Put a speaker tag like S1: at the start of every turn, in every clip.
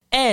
S1: 嘿，哎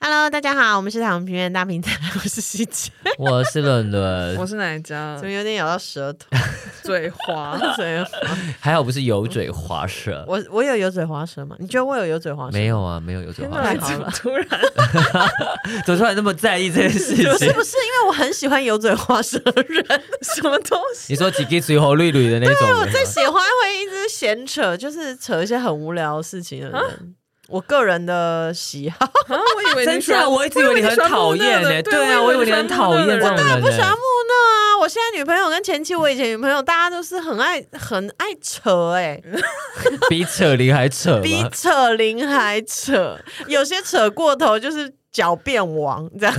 S2: Hello，大家好，我们是彩虹平原大平台， 我是西姐，
S1: 我是伦伦
S3: 我，是哪一家
S2: 怎？么有点咬到舌头？
S3: 嗯 嘴滑。
S2: 嘴
S1: 还好不是油嘴滑舌，
S2: 我我有油嘴滑舌吗？你觉得我有油嘴滑舌？
S1: 没。有啊，没有油嘴滑
S2: 来
S1: 舌，
S2: 好了
S3: 突然，
S1: 怎么突然那么在意这件事
S2: 不 是
S1: 情？
S2: 不是，因为我很喜欢油嘴滑舌的人， 什么东西？
S1: 你说几滴水喉绿绿的那种
S2: 我
S1: 人
S2: 最
S1: 吗，
S2: 喜欢会一直闲扯，就是扯一些很无聊的事情的人。我个人的喜好，
S3: 啊我以为
S1: 真
S3: 你喜欢
S1: 的，我一直以为你很讨厌呢。对啊，我以为你很讨厌这种
S2: 当然
S1: 人
S2: 不喜欢
S1: 呢
S2: 木。讷啊！我现在女朋友跟前妻，我以前女朋友，大家都是很爱很爱扯哎、
S1: 比扯铃还扯
S2: 比
S1: 吗？
S2: 扯铃还扯，有些扯过头就是狡辩王这样。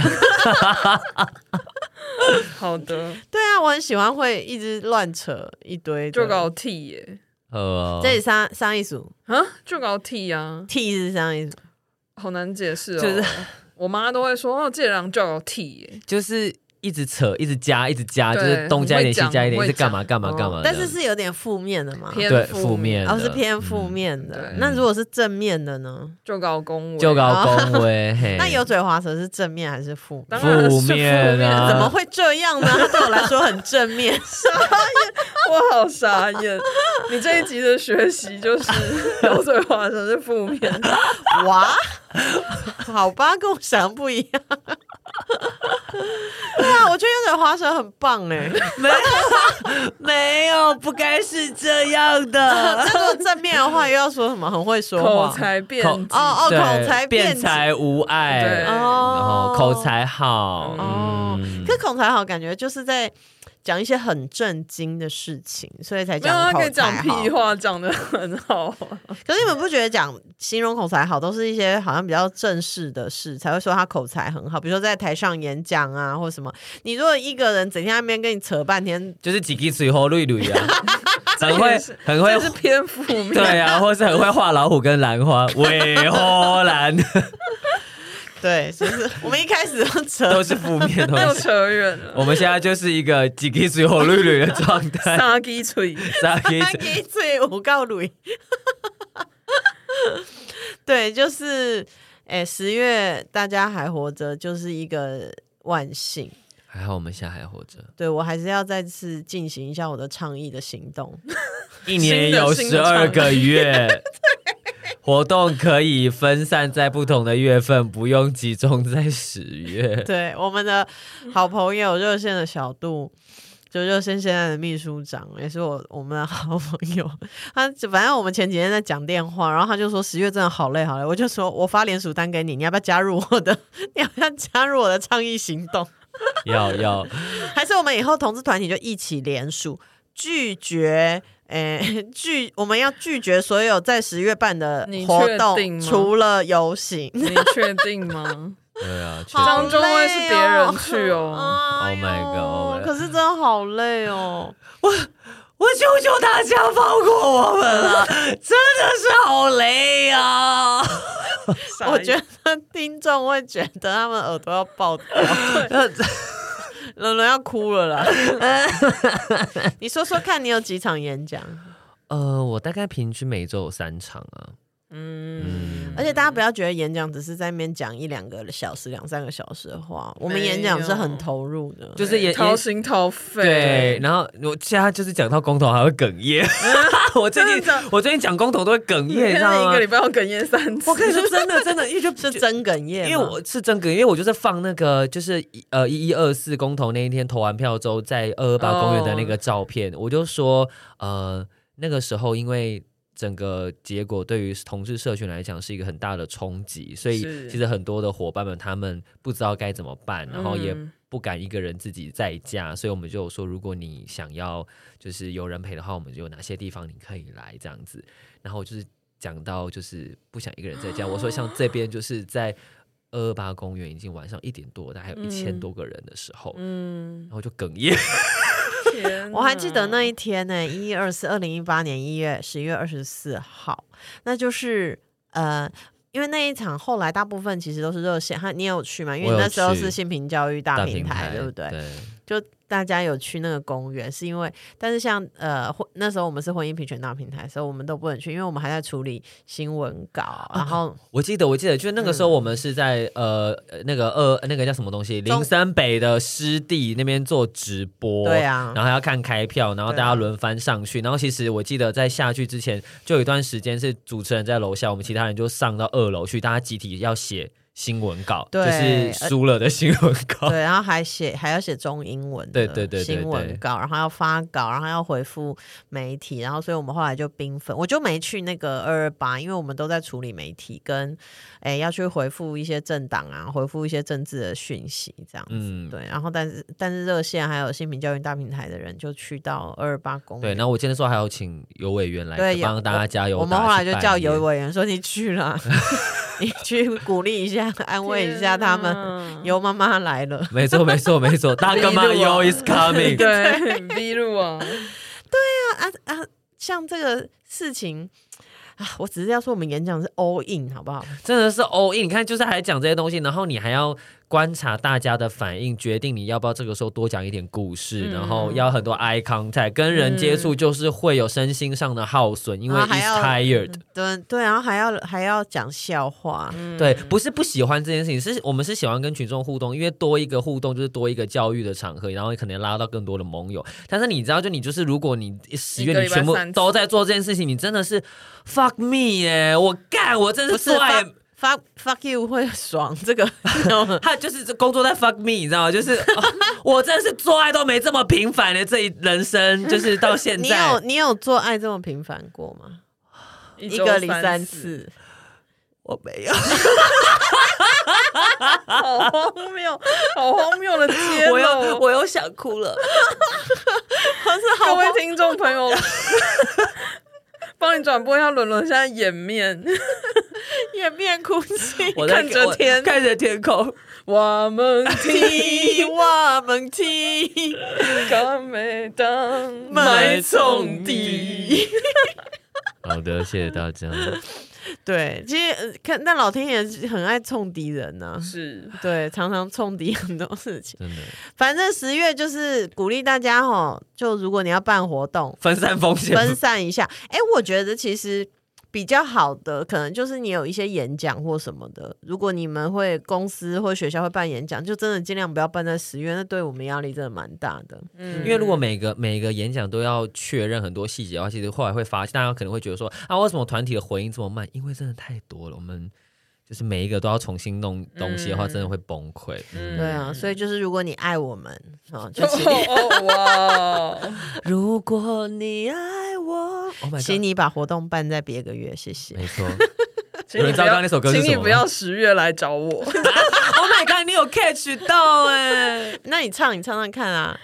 S3: 好的，
S2: 对啊，我很喜欢会一直乱扯一堆的，
S3: 就
S1: 哦
S3: 搞 T 耶
S1: 呃，
S2: 这里上上一组
S3: 啊，就搞 T 啊，
S2: T 是上一组，
S3: 好难解释哦。
S2: 就是
S3: 我妈都会说，哦，这人就搞 T 耶，
S1: 就是一直扯，一直加，一直加，就
S3: 对
S1: 是东加一点，
S3: 很会
S1: 西加一点，
S3: 讲
S1: 是干嘛干嘛干嘛
S2: 哦
S1: 的。
S2: 但是是有点负面的嘛，
S3: 偏
S1: 对负
S3: 负
S1: 面
S3: 面
S1: 的，
S2: 哦是偏负
S1: 嗯，
S2: 面的。
S3: 对
S2: 那如果是正面的呢？
S3: 就搞恭维，
S1: 就搞恭维。嘿
S2: 那油嘴滑舌是正面还是负面？
S3: 当然是
S1: 负
S3: 负
S1: 面啊
S2: 怎么会这样呢？它对我来说很正面。
S3: 我好傻眼！ 你这一集的学习就是油嘴滑舌是负面的，
S2: 哇，好吧，跟我想的不一样。 对啊，我觉得有点滑舌很棒哎、
S1: 没有没有，不该是这样的。
S2: 那如果正面的话，又要说什么很会说
S3: 口
S2: 话？
S3: 才辩
S1: 口
S3: 解
S2: 哦哦，
S1: 对
S2: 口才哦
S1: 辩
S2: 解
S1: 才无
S3: 对
S1: 碍，然
S2: 哦
S1: 后，口。才好。
S2: 哦
S1: 嗯
S2: 可是口才好，感觉就是在讲一些很震惊的事情，所以才
S3: 没有，他
S1: 啊
S2: 讲口
S3: 可以
S2: 才
S3: 讲
S2: 好。
S3: 屁话，讲的很好啊。
S2: 可是你们不觉得讲形容口才好，都是一些好像比较正式的事才会说他口才很好？比如说在台上演讲啊，或什么。你如果一个人整天在那边跟你扯半天，
S1: 就是几滴水后绿绿啊，很
S3: 这
S1: 会
S3: 也是
S1: 很会
S3: 这是偏负面。
S1: 对啊，或是很会画老虎跟兰花，尾花兰
S2: 对，就是我们一开始就扯
S1: 都是负面
S3: 又
S1: 东西。
S3: 扯远了。
S1: 我们现在就是一个几滴水后绿绿的状 态，
S3: 沙鸡嘴，
S1: 啥意
S2: 他
S1: 思？
S2: 给最我告诉你，对，就是哎，十、月大家还活着就是一个万幸。
S1: 还好我们现在还活着，
S2: 对我还是要再次进行一下我的倡议的行动。
S1: 一年有
S3: 新
S1: 十
S3: 的
S1: 二个月，活动可以分散在不同的月份，不用集中在十 月。
S2: 对，我们的好朋友热线的小杜，就热线现在的秘书长，也是我我们的好朋友。他反正我们前几天在讲电话，然后他就说十月真的好累好累，我就说我发联署单给你，你要不要加入我的？ 你要不要加入我的倡议行动？
S1: 要要，
S2: 还是我们以后同志团体就一起联署，拒绝。诶、 拒我们要拒绝所有在十月办的
S3: 你
S2: 活
S3: 确定
S2: 动，
S3: 吗
S2: 除了游行。
S3: 你确定吗？
S1: 对啊，确
S2: 好
S3: 张
S1: 实
S3: 忠威是别人去 哦。
S2: 哎
S1: Oh
S2: 呦
S1: my god, oh my god
S2: 可是真的好累哦。
S1: 我求求大家放过我们 了，真的是好累啊！
S2: 我觉得听众会觉得他们耳朵要 爆掉，伦伦要哭了啦。你说说看，你有几场演讲？
S1: 呃，我大概平均每周有三场啊。
S3: 嗯
S2: 而且大家不要觉得演讲只是在那边讲一两个小时、两三个小时的话，我们演讲是很投入的。
S1: 就就是也
S3: 掏心掏肺。
S1: 对，，然后我现在就是讲到公投还会哽 咽，我最
S3: 真的
S1: 近
S3: 假
S1: 我最近讲公投都会哽
S3: 你
S1: 咽，你知道
S3: 看了一
S1: 吗
S3: 个？礼拜要哽咽三次。
S1: 我跟你说真的真的，因为 就是
S2: 真哽咽吗，
S1: 因为我是真哽咽，因为我就是放那个就是一呃一一二四公投那一天投完票之后，在二二八公园
S3: 哦
S1: 的那个照片我就说呃那个时候因为。整个结果对于同志社群来讲是一个很大的冲击，所以
S3: 是
S1: 其实很多的伙伴们他们不知道该怎么办，然后也
S3: 嗯
S1: 不敢一个人自己在家，所以我们就有说，如果你想要就是有人陪的话，我们有哪些地方你可以来这样子。然后就是讲到就是不想一个人在家，我说像这边就是在二二八公园已经晚上一点多，大概有一千
S3: 嗯
S1: 多个人的时候，
S3: 嗯，
S1: 然后就哽咽。
S3: 天
S2: 我还记得那
S1: 嗯
S3: 哪
S2: 一天呢，一二四，二零一八年一月十一月二十四号，那就是呃。因为那一场后来大部分其实都是热线，哈，你也有去嘛？因为
S1: 我有
S2: 那时候
S1: 去
S2: 是性平教育大
S1: 大
S2: 平
S1: 平
S2: 台，
S1: 台，
S2: 对不对？
S1: 对，
S2: 就大家有去那个公园，是因为，但是像呃，婚那时候我们是婚姻平权大平台，所以我们都不能去，因为我们还在处理新闻
S1: 啊
S2: 稿，然后
S1: 我记得，我记得，就是那个时
S2: 嗯
S1: 候我们是在、呃呃那个呃那个叫什么东西，
S2: 中
S1: 林森北的湿地那边做直播，
S2: 对啊
S1: 然后还要看开票，然后
S2: 对啊
S1: 大家轮番上去，然后其实我记得在下去之前，就有一段时间是主持人在楼下，我们其他人就上到二楼去，大家集体要写新闻稿，就
S2: 对呃
S1: 是输了的新闻稿，
S2: 对，然后还写还要写中英文
S1: 哦
S2: 的
S1: 对对对对
S2: 新
S1: 对
S2: 闻稿，然后要发稿，然后要回复媒体，然后所以我们后来就缤纷，我就没去那个二二八，因为我们都在处理媒体跟哎要去回复一些政党啊，回复一些政治的讯息这样子。
S1: 嗯。
S2: 对，然后但是但是热线还有新民教育大平台的人就去到二二八公
S1: 对，
S2: 园
S1: 然后我记得那时候还有请游委员来
S2: 对有
S1: 帮大家加油打
S2: 我们后来
S1: 去
S2: 就
S1: 拜
S2: 叫
S1: 年
S2: 游委员说你去啦， 你去鼓励一下，安慰一下他们。
S3: 们
S2: 游妈妈来了，
S1: 没错没错没错，大哥妈
S3: 迷路啊
S1: yo is coming，
S3: 对 V 路啊，
S2: 啊啊啊！像这个事情啊，我只是要说我们演讲是 all in 好不好？
S1: 真的是 all in。你看，就是还讲这些东西，然后你还要观察大家的反应，决定你要不要这个时候多讲一点故事，
S3: 嗯
S1: 然后要很多 eye contact，跟人接触就是会有身心上的耗损，因为
S2: 嗯然后还
S1: is
S2: 要
S1: tired。
S2: 对对，然后还要还要讲笑话，
S3: 嗯
S1: 对，不是不喜欢这件事情，是我们是喜欢跟群众互动，因为多一个互动就是多一个教育的场合，然后可能拉到更多的盟友。但是你知道，就你就是如果你十
S3: 一个
S1: 月
S3: 礼
S1: 你
S3: 拜
S1: 全部
S3: 三次
S1: 都在做这件事情，你真的是 fuck me 耶、我干，我真
S2: 不
S1: 是
S2: 是
S1: 帅、
S2: fuck fuck fuck you 会爽这个，
S1: 他就是工作在 fuck me，你知道吗？就是、 哦我真是做爱都没这么频繁的这一人生，就是到现
S2: 你
S1: 在
S2: 有，你有做爱这么频繁过吗？
S3: 一
S2: 一
S3: 周
S2: 个礼
S3: 三
S2: 三，次，我没有。
S3: 好荒谬，好荒谬的哦揭 露。
S1: 我又我又想哭 了。
S3: 各位听众朋友， 帮你转播一下伦伦现在 掩面，
S2: 掩面哭泣。
S1: 我在
S3: 看着天
S1: 我看着天空，
S3: 我 们
S2: 踢我们踢，
S3: 高美当
S2: 买
S3: 买
S2: 种
S3: 种
S2: 地
S3: 地。。
S1: 好的，谢谢大家。
S2: 对，其实呃看那老天爷很爱冲敌人呐、
S3: 是，
S2: 对，常常冲敌很多事情。
S1: 真的
S2: 反正十月就是鼓励大家吼，就如果你要办活动，
S1: 分散风险，
S2: 分散一下。哎，我觉得其实比较好的，可能就是你有一些演讲或什么的。如果你们会公司或学校会办演讲，就真的尽量不要办在十月，那对我们压力真的蛮大的。
S3: 嗯
S1: 因为如果每个每个演讲都要确认很多细节的话，其实后来会发现，大家可能会觉得说啊，为什么团体的回应这么慢？因为真的太多了，我们就是每一个都要重新弄东西的话，
S3: 嗯
S1: 真的会崩溃。
S3: 嗯
S2: 对啊，所以就是如果你爱我们，哦，就
S3: 哦
S2: 请
S1: Oh
S3: 哦哇哦，
S1: 如果你爱我，Oh my
S2: 请
S1: god，
S2: 你把活动办在别个月，谢谢。
S1: 没错。Oh
S3: 请你
S1: 有人知道
S3: 不要
S1: 刚刚那首歌是
S3: 请
S1: 什
S3: 你
S1: 么
S3: 不要十月来找我。
S1: Oh my god！你有 catch 到哎、
S2: 那你唱，你唱唱看啊。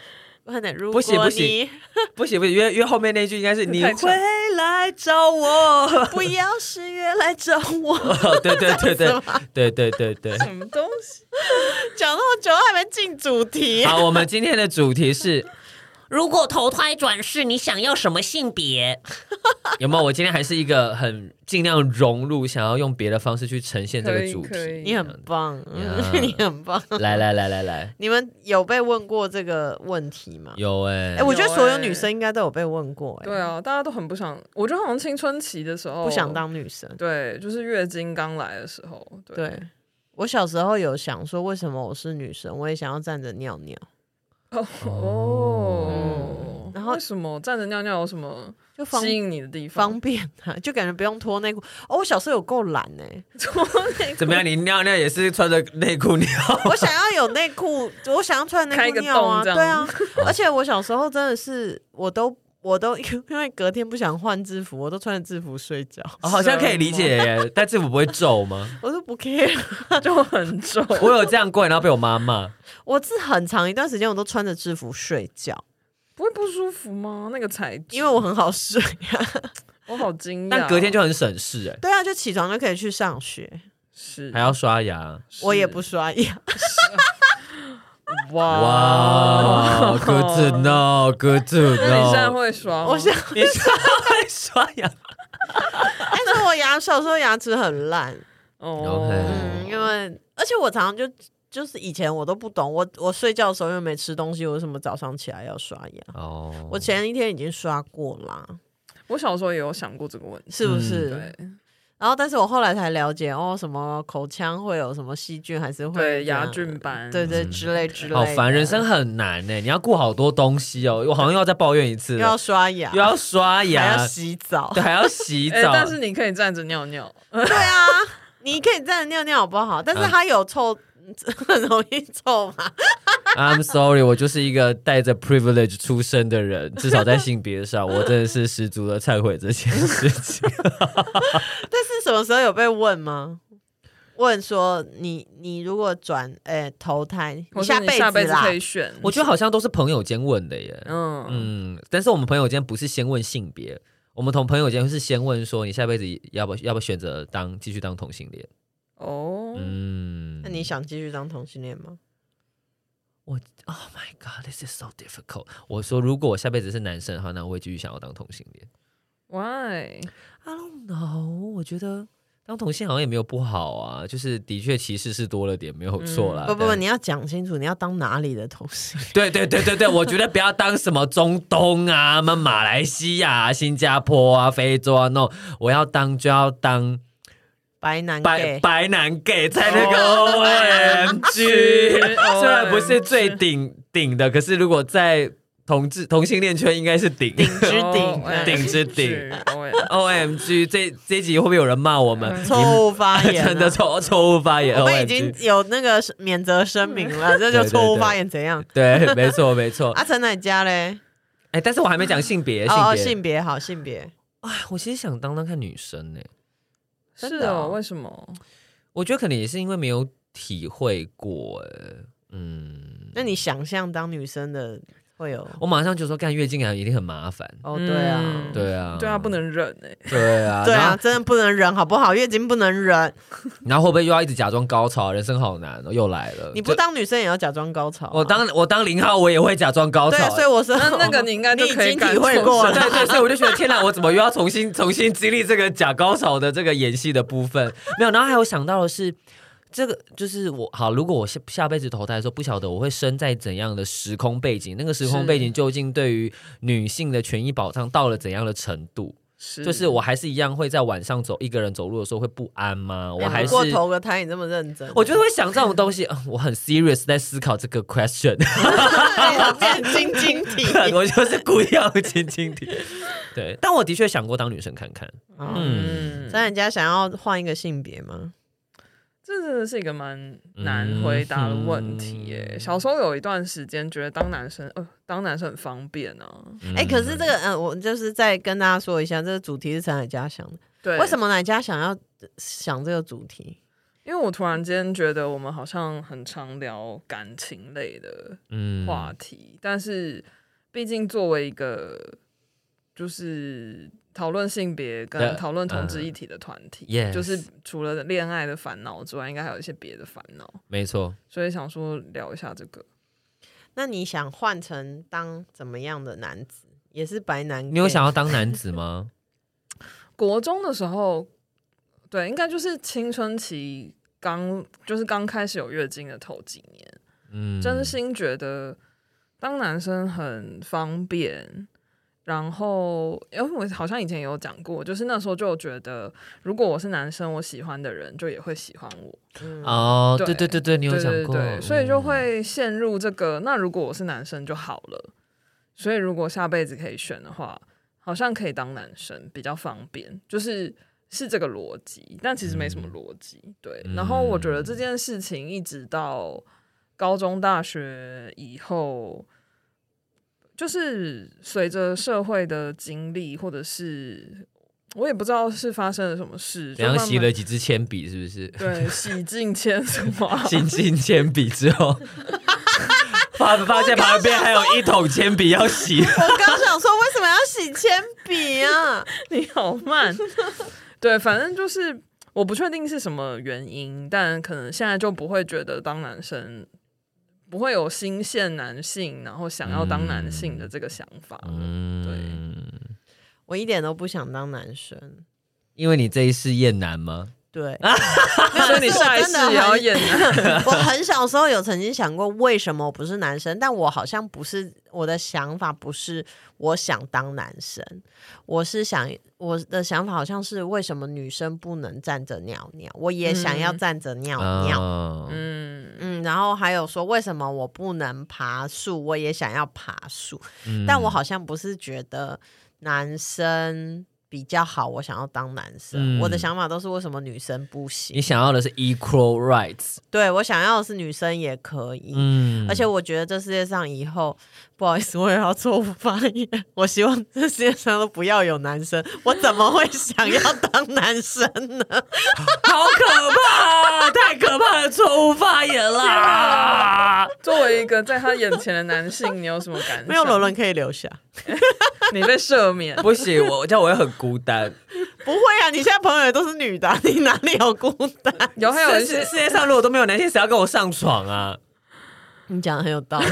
S2: 快点，如
S1: 不
S2: 果
S1: 行不行
S2: 你
S1: 不行不行，因为因为后面那句应该是你
S3: 太长
S1: 会来找我。
S2: 不要十月来找我，
S1: 哦对对对
S2: 这样
S1: 对
S2: 子吗
S1: 对对对对。
S3: 什么东西？
S2: 讲那么久还没进主题。
S1: 好，我们今天的主题是
S4: 如果投胎转世，你想要什么性别？
S1: 有没有？我今天还是一个很尽量融入，想要用别的方式去呈现这
S3: 可
S1: 个
S3: 以
S1: 主
S3: 可
S1: 题。
S3: 以
S2: 你很棒，
S1: 呀
S2: 嗯 你很棒。
S1: 来来来来来，
S2: 你们有被问过这个问题吗？
S1: 有哎、
S2: 哎、我觉得
S3: 有
S2: 所有
S3: 欸
S2: 女生应该都有被问过、哎，
S3: 对，啊，大家都很不想，我觉得好像青春期的时候
S2: 不想。当女生。
S3: 对，就是月经刚来的时候，对，
S2: 对，我小时候有想说，为什么我是女生，我也想要站着尿尿，
S3: 哦
S2: 嗯，然后
S3: 为什么站着尿尿有什么
S2: 就方
S3: 吸引你的地方
S2: 方？便啊，就感觉不用脱内裤。哦，我小时候有够懒哎、
S1: 怎么样？你尿尿也是穿着内裤尿？
S2: 我想要有内裤，我想要穿内
S3: 开一
S2: 裤
S3: 个
S2: 尿啊，
S3: 洞这
S2: 对
S3: 样
S2: 啊， 而且我小时候真的是，我都我都因为隔天不想换制服，我都穿着制服睡觉，
S1: 哦好像可以理解耶，但制服不会皱 吗？
S2: 我都不 care。
S3: 就很重。
S1: 我有这样过，然后被我妈 骂。
S2: 我是很长一段时间我都穿着制服睡觉，
S3: 不会不舒服吗？那个材质，
S2: 因为我很好 睡啊。
S3: 我好惊讶。
S1: 但隔天就很省事哎、
S2: 对啊，就起床就可以去上学，
S3: 是
S1: 还要刷牙。
S2: 我也不刷牙。
S4: 哦
S3: 哇，
S1: 哇，Good to know，Good to
S3: 那你现在
S1: know。
S3: 会刷吗？
S2: 我想，
S1: 你刷会刷牙？
S2: 哎，那我牙小时候牙齿很烂，
S3: 哦
S1: OK
S2: 嗯，因为而且我常常就就是以前我都不懂，我我睡觉的时候又没吃东西，我为什么早上起来要刷牙？
S1: 哦，
S2: 我前一天已经刷过啦，
S3: 我小时候也有想过这个问题，
S2: 是不
S1: 嗯
S2: 是？
S3: 对
S2: 然后，但是我后来才了解，哦，什么口腔会有什么细菌，还是会
S3: 对，
S2: 这样
S3: 牙菌斑，
S2: 对对
S1: 嗯
S2: 之类之类的。
S1: 好烦，人生很难呢，你要顾好多东西哦。我好像又要再抱怨一次
S2: 又
S1: 了，
S2: 要刷牙，
S1: 又要刷
S2: 还要
S1: 牙，
S2: 洗 澡
S1: 对，。还要洗
S3: 哎，
S1: 澡。
S3: 但是你可以站着尿尿，
S2: 对啊，你可以站着尿尿好不好？但是
S1: 嗯
S2: 它有臭， 很容易臭嘛。
S1: I'm sorry，我就是一个带着 privilege 出生的人，至少在性别 上，我真的是十足的忏悔这件事情。
S2: 但是什么时候有被问吗？问说你你如果转哎、投胎，
S3: 或是
S2: 下
S3: 你
S2: 辈
S3: 下
S2: 子
S3: 辈子
S2: 啦
S3: 可，以选，
S1: 我觉得好像都是朋友间问的耶。
S3: 嗯，
S1: 嗯，但是我们朋友间不是先问性别，我们同朋友间是先问说你下辈子要不要不选择当继续当同性恋。
S3: 哦，
S1: 嗯，
S2: 那你想继续当同性恋吗？
S1: ？Oh my God, this is so difficult。我说如果我下辈子是男生的话，那我会继续想要当同性恋。I
S3: Why？
S1: don't know，我觉得当同性好像也没有不好啊，就是的确歧视是多了点，没有错啦。
S2: 嗯不不不，
S1: 但
S2: 你要讲清楚，你要当哪里的同性？
S1: 对对对对对，我觉得不要当什么中东啊、什么马来西亚、啊、新加坡啊、非洲啊，no，我要当就要当
S2: 白男
S1: 白
S2: gay，哦
S1: 白男 gay，在那个 O M G，虽然不是最顶顶的，可是如果在同志同性恋圈应该是顶
S2: 顶之顶，
S3: 哦
S2: 哎
S1: 顶之顶，
S3: 哎
S1: O M G，这这一集会不会有人骂我们？
S3: 嗯
S2: 错误发言、啊，
S1: 真的错错误发言，
S2: 我
S1: OMG
S2: 们已经有那个免责声明
S1: 嗯
S2: 了，这就错误发言怎样？
S1: 对，没错没错。
S2: 阿陈哪家嘞？
S1: 哎，但是我还没讲性别，性
S2: 哦，啊哦
S1: 别。
S2: 性别好，性别
S1: 哎，我其实想当当看女生呢，
S3: 是
S2: 真的哦
S3: 哦，为什么？
S1: 嗯我觉得可能也是因为没有体会过，哎，嗯，
S2: 那你想象当女生的会有？
S1: 我马上就说干月经啊，一定很麻烦。
S2: 哦，对啊，
S3: 嗯
S1: 对啊，
S3: 对啊，不，能忍 哎，
S1: 对啊，
S2: 对
S1: 然
S2: 啊，
S1: 后，呃
S2: 真的不能忍，好不好？月经不能忍，
S1: 然后会不会又要一直假装高潮？人生好难哦，又来了。
S2: 你不
S1: 就
S2: 当女生也要假装高潮啊。
S1: 我当我当零号，我也会假装高潮
S2: 对，
S1: 欸。
S2: 所以我说
S3: 那那个你应该
S2: 你
S3: 就
S2: 已
S3: 可以
S2: 经
S3: 感
S2: 体会
S3: 同
S2: 过
S3: 身
S2: 了
S1: 哦对。对，所以我就觉得天哪，我怎么又要重新重新经历这个假高潮的这个演戏的部分？没有，然后还有想到的是，这个就是我好，如果我下下辈子投胎的时候，不晓得我会生在怎样的时空背景，那个时空
S3: 是
S1: 背景究竟对于女性的权益保障到了怎样的程度？
S3: 是
S1: 就是
S2: 嗯
S1: 我还是一样会在晚上走一个人走路的时候会不安吗？ 我
S2: 哎
S1: 还
S2: 不
S1: 是。
S2: 过投个胎，你这么认真，
S1: 我就会想这种东西，嗯我很 serious 在思考这个 question，
S2: 得变晶晶体。
S3: 嗯
S1: 我就是故意要 轻轻提。对，但我的确想过当女生看看。
S2: 嗯，
S1: 嗯，
S3: 嗯，
S2: 那人家想要换一个性别吗？
S3: 这真的是一个蛮难回答的问题耶。
S1: 嗯
S3: 小时候有一段时间觉得当男生，呃，当男生很方便啊。
S2: 哎，可是这个，嗯，我就是再跟大家说一下，这个主题是陈海佳想的。
S3: 对，
S2: 为什
S3: 么？
S2: 么奶家想要呃想这个主题？
S3: 因为我突然间觉得我们好像很常聊感情类的
S1: 嗯
S3: 话题，但是毕竟作为一个就是讨论性
S1: 对
S3: 别跟讨论同志议题的团体，
S1: 呃 Yes
S3: 就是除了恋爱的烦恼之外，应该还有一些别的烦恼，
S1: 没错，
S3: 所以想说聊一下这个。
S2: 那你想换成当怎么样的男子？也是白男 gay？
S1: 你有想要当男子吗？
S3: 国中的时候，对，应该就是青春期刚就是刚开始有月经的头几年，
S1: 嗯，
S3: 真心觉得当男生很方便。然后，因为我好像以前有讲过，就是那时候就觉得，如果我是男生，我喜欢的人就也会喜欢我，
S2: 嗯
S1: 哦，对
S3: 对
S1: 对对对，你有
S3: 对
S1: 想
S3: 对
S1: 过，哦
S3: 对，所以就会陷入这个。那如果我是男生就好了，所以如果下辈子可以选的话，好像可以当男生比较方便，就是是这个逻辑，但其实没什
S1: 嗯
S3: 么逻辑。对，然后我觉得这件事情一直到高中、大学以后。就是随着社会的经历，或者是我也不知道是发生了什么事，就
S1: 怎样
S3: 慢
S1: 嗯洗
S3: 慢
S1: 了几支铅笔，是不 是？
S3: 对洗尽铅 华，
S1: 新进铅笔之后，发发现旁边还有一桶铅笔要洗。
S2: 我刚想说，为什么要洗铅笔啊？
S3: 你好慢。对，反正就是我不确定是什么原因，但可能现在就不会觉得当男生不会有新鲜男性，然后想要当男性的这个想法了。
S1: 嗯，
S2: 我一点都不想当男生。
S1: 因为你这一世厌男吗？
S2: 对，
S3: 所以你下一次也要 演男，
S2: 我很小时候有曾经想过为什么我不是男生，但我好像不是我的想法不是我想当男生，我是想我的想法好像是为什么女生不能站着尿尿，我也想要
S3: 嗯
S2: 站着尿尿。
S1: 嗯，
S3: 嗯，
S2: 哦嗯，然后还有说为什么我不能爬树？我也想要爬树，
S1: 嗯
S2: 但我好像不是觉得男生比较好，我想要当男生。
S1: 嗯
S2: 我的想法都是为什么女生不
S1: 你
S2: 行？
S1: 想要的是 equal rights，
S2: 对我想要的是女生也可以。
S1: 嗯，
S2: 而且我觉得这世界上以后，不好意思，我也要错误发言。我希望这世界上都不要有男生，我怎么会想要当男生呢？
S1: 好可怕，啊太可怕的错误发 言
S2: 啊
S1: 啦！
S3: 作为一个在他眼前的男性，你有什么感想？
S2: 没有伦伦可以留下，
S3: 你被赦免。
S1: 不行，我这样我会很孤单。
S2: 不会啊！你现在朋友也都是女的啊、你哪里有孤单？
S3: 有还有一
S1: 世
S3: 些
S1: 世世界上如果都没有男性，谁要跟我上床啊？
S2: 你讲的很有道理。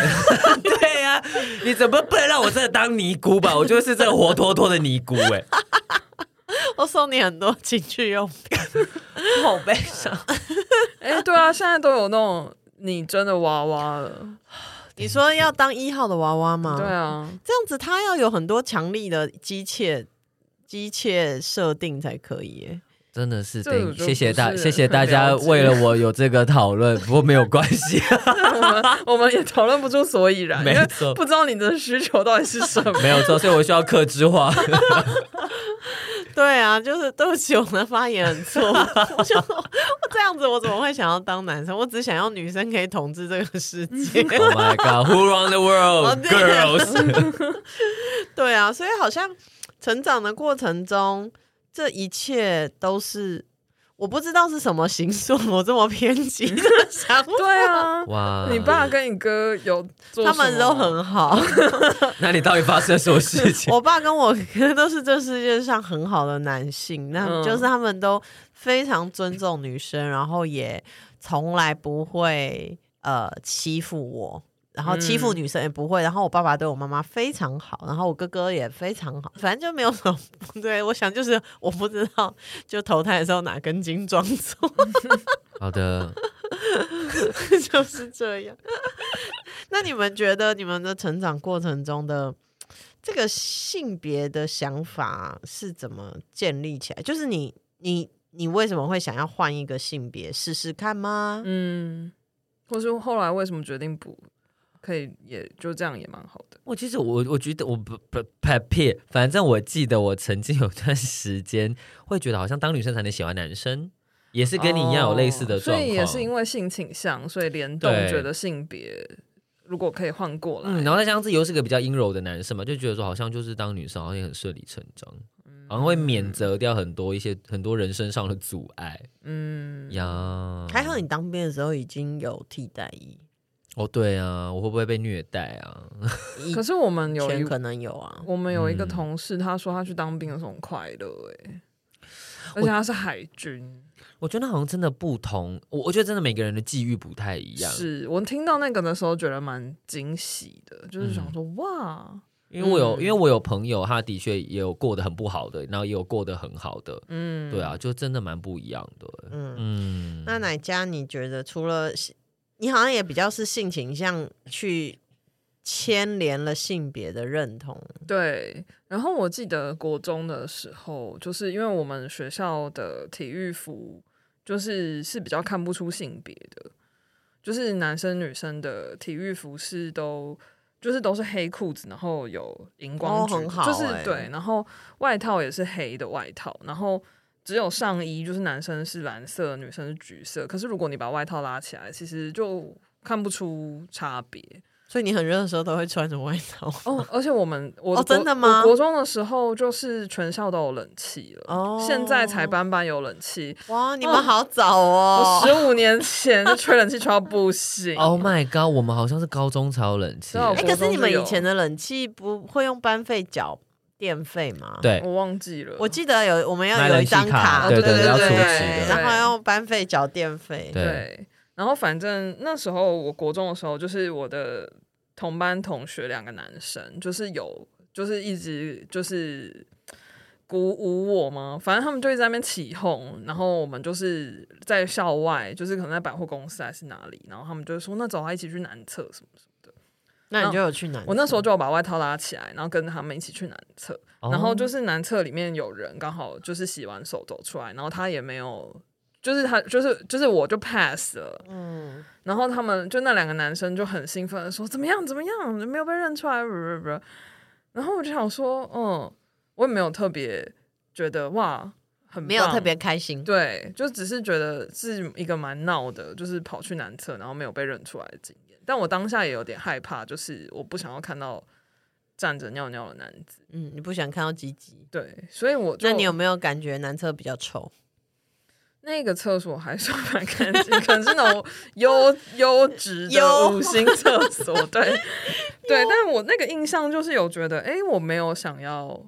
S1: 对呀、你怎么不能让我真的当尼姑吧？我就是这活脱脱的尼姑哎、
S2: 我送你很多情趣用品，
S1: 好悲伤。
S3: 哎、对啊，现在都有那种拟真的娃娃了。
S2: 你说要当一号的娃娃吗？
S3: 对，啊，
S2: 这样子它要有很多强力的机械机械设定才可以耶。
S1: 真的是，
S3: 这我
S1: 对，
S3: 就
S1: 谢谢大，
S3: 不是
S1: 谢谢大家
S3: 很了解
S1: 为了我有这个讨论，不过没有关系，
S3: 我们我们也讨论不出所以然，因
S1: 没
S3: 为
S1: 错
S3: 不知道你的需求到底是什么。
S1: 没有错，所以我需要克制化。
S2: 对啊，就是对不起，我的发言很 错误。我就说，我这样子我怎么会想要当男生？我只想要女生可以统治这个世 界。
S1: Oh my god, who run the
S2: 哦
S1: world,
S2: 对啊
S1: girls？
S2: 对啊，所以好像成长的过程中，这一切都是我不知道是什么形塑我这么偏激的想法。
S3: 对啊，
S1: 哇
S3: 你爸跟你哥有做
S2: 他们
S3: 什么
S2: 都
S3: 吗
S2: 很好，
S1: 那你到底发生了什么事情？
S2: 我爸跟我哥 都是这世界上很好的男性，那
S3: 嗯
S2: 就是他们都非常尊重女生，然后也从来不会呃欺负我。然后欺负
S3: 嗯
S2: 女生也不会，然后我爸爸对我妈妈非常好，然后我哥哥也非常好，反正就没有什么 不对。我想就是我不知道，就投胎的时候哪根筋装错，
S1: 好的，
S2: 就是这样。那你们觉得你们的成长过程中的这个性别的想法是怎么建立起来？就是你你你为什么会想要换一个性别试试看吗？
S3: 嗯，或是后来为什么决定不可以，也就这样也蛮好的。
S1: 我其实我我觉得我不不不撇，反正我记得我曾经有段时间会觉得好像当女生才能喜欢男生，也是跟你一样有类似的
S3: 哦
S1: 状
S3: 所
S1: 况，
S3: 以也是因为性倾向，所以联动
S1: 对
S3: 觉得性别如果可以换过来，
S1: 嗯，然后再加上自己又是个比较阴柔的男生嘛，就觉得说好像就是当女生好像也很顺理成章，好像会免责掉很多一些很多人身上的阻碍
S3: 嗯，
S1: 呀。
S2: 还好你当兵的时候已经有替代役，
S1: 哦，对啊，我会不会被虐待啊？
S2: 以
S3: 可是我们有
S2: 前
S3: 一
S2: 可能有啊。
S3: 我们有一个
S1: 嗯
S3: 同事，他说他去当兵的时候很快乐、欸，而且他是海军，
S1: 我觉得好像真的不同，我我觉得真的每个人的际遇不太一样，
S3: 是我听到那个的时候觉得蛮惊喜的，就是
S1: 嗯
S3: 想说、哇，
S1: 因为我有、
S3: 嗯
S1: 因为我有朋友，他的确也有过得很不好的，然后也有过得很好的，
S3: 嗯，
S1: 对啊，，就真的蛮不一样的。
S2: 嗯，
S1: 嗯，
S2: 那奶家你觉得除了性你好像也比较是性倾向去牵连了性别的认同，
S3: 对，然后我记得国中的时候，就是因为我们学校的体育服就是是比较看不出性别的，就是男生女生的体育服饰都就是都是黑裤子，然后有荧光
S2: 哦
S3: 橘，
S2: 很好
S3: 就是
S2: 欸
S3: 对，然后外套也是黑的外套，然后。只有上衣，就是男生是蓝色，女生是橘色。可是如果你把外套拉起来，其实就看不出差别。
S2: 所以你很热的时候都会穿着外套。
S3: 哦，而且我们我
S2: 啊
S3: 国
S2: 哦真的吗
S3: 我国中的时候就是全校都有冷气了，
S2: 哦
S3: 现在才啊班班有冷气。
S2: 哇，你们好早哦哦
S3: 我！十五年前就吹冷气吹到不行，
S1: Oh my god，我们好像是高中才有冷气
S3: 对，啊
S2: 哎、可是你们以前的冷气不会用班费缴电费吗？，
S1: 对，
S3: 我忘记了。
S2: 我记得有我们要
S1: 买
S2: 有
S1: 冷
S2: 一
S1: 气
S2: 张
S1: 卡
S3: 对
S2: 对
S3: 对对
S2: 对
S3: 要储值的
S2: 然后要班费缴电费。
S1: 对
S3: 对，然后反正那时候我国中的时候，就是我的同班同学两个男生，就是有就是一直就是鼓舞我嘛，反正他们就一直在那边起哄，然后我们就是在校外，就是可能在百货公司还是哪里，然后他们就说那走啊，一起去男厕什么什么。
S2: 那你就有去男？
S3: 我那时候就有把外套拉起来，然后跟着他们一起去男厕，
S1: 哦
S3: 然后就是男厕里面有人刚好就是洗完手走出来，然后他也没有，就是他就是就是我就 pass 了，
S2: 嗯，
S3: 然后他们就那两个男生就很兴奋的说怎么样怎么样，没有被认出来，不 不不。然后我就想说，嗯，我也没有特别觉得哇，很
S2: 没有
S3: 棒
S2: 特别开心。
S3: 对，就只是觉得是一个蛮闹的，就是跑去男厕然后没有被认出来的经验。但我当下也有点害怕，就是我不想要看到站着尿尿的男子。
S2: 嗯，你不想看到鸡鸡？
S3: 对，所以我就
S2: 那你有没有感觉男厕比较臭？
S3: 那个厕所还算蛮干净，可能是那种 优优质的
S2: 优
S3: 五星厕所。 对对，但我那个印象就是有觉得，哎、我没有想要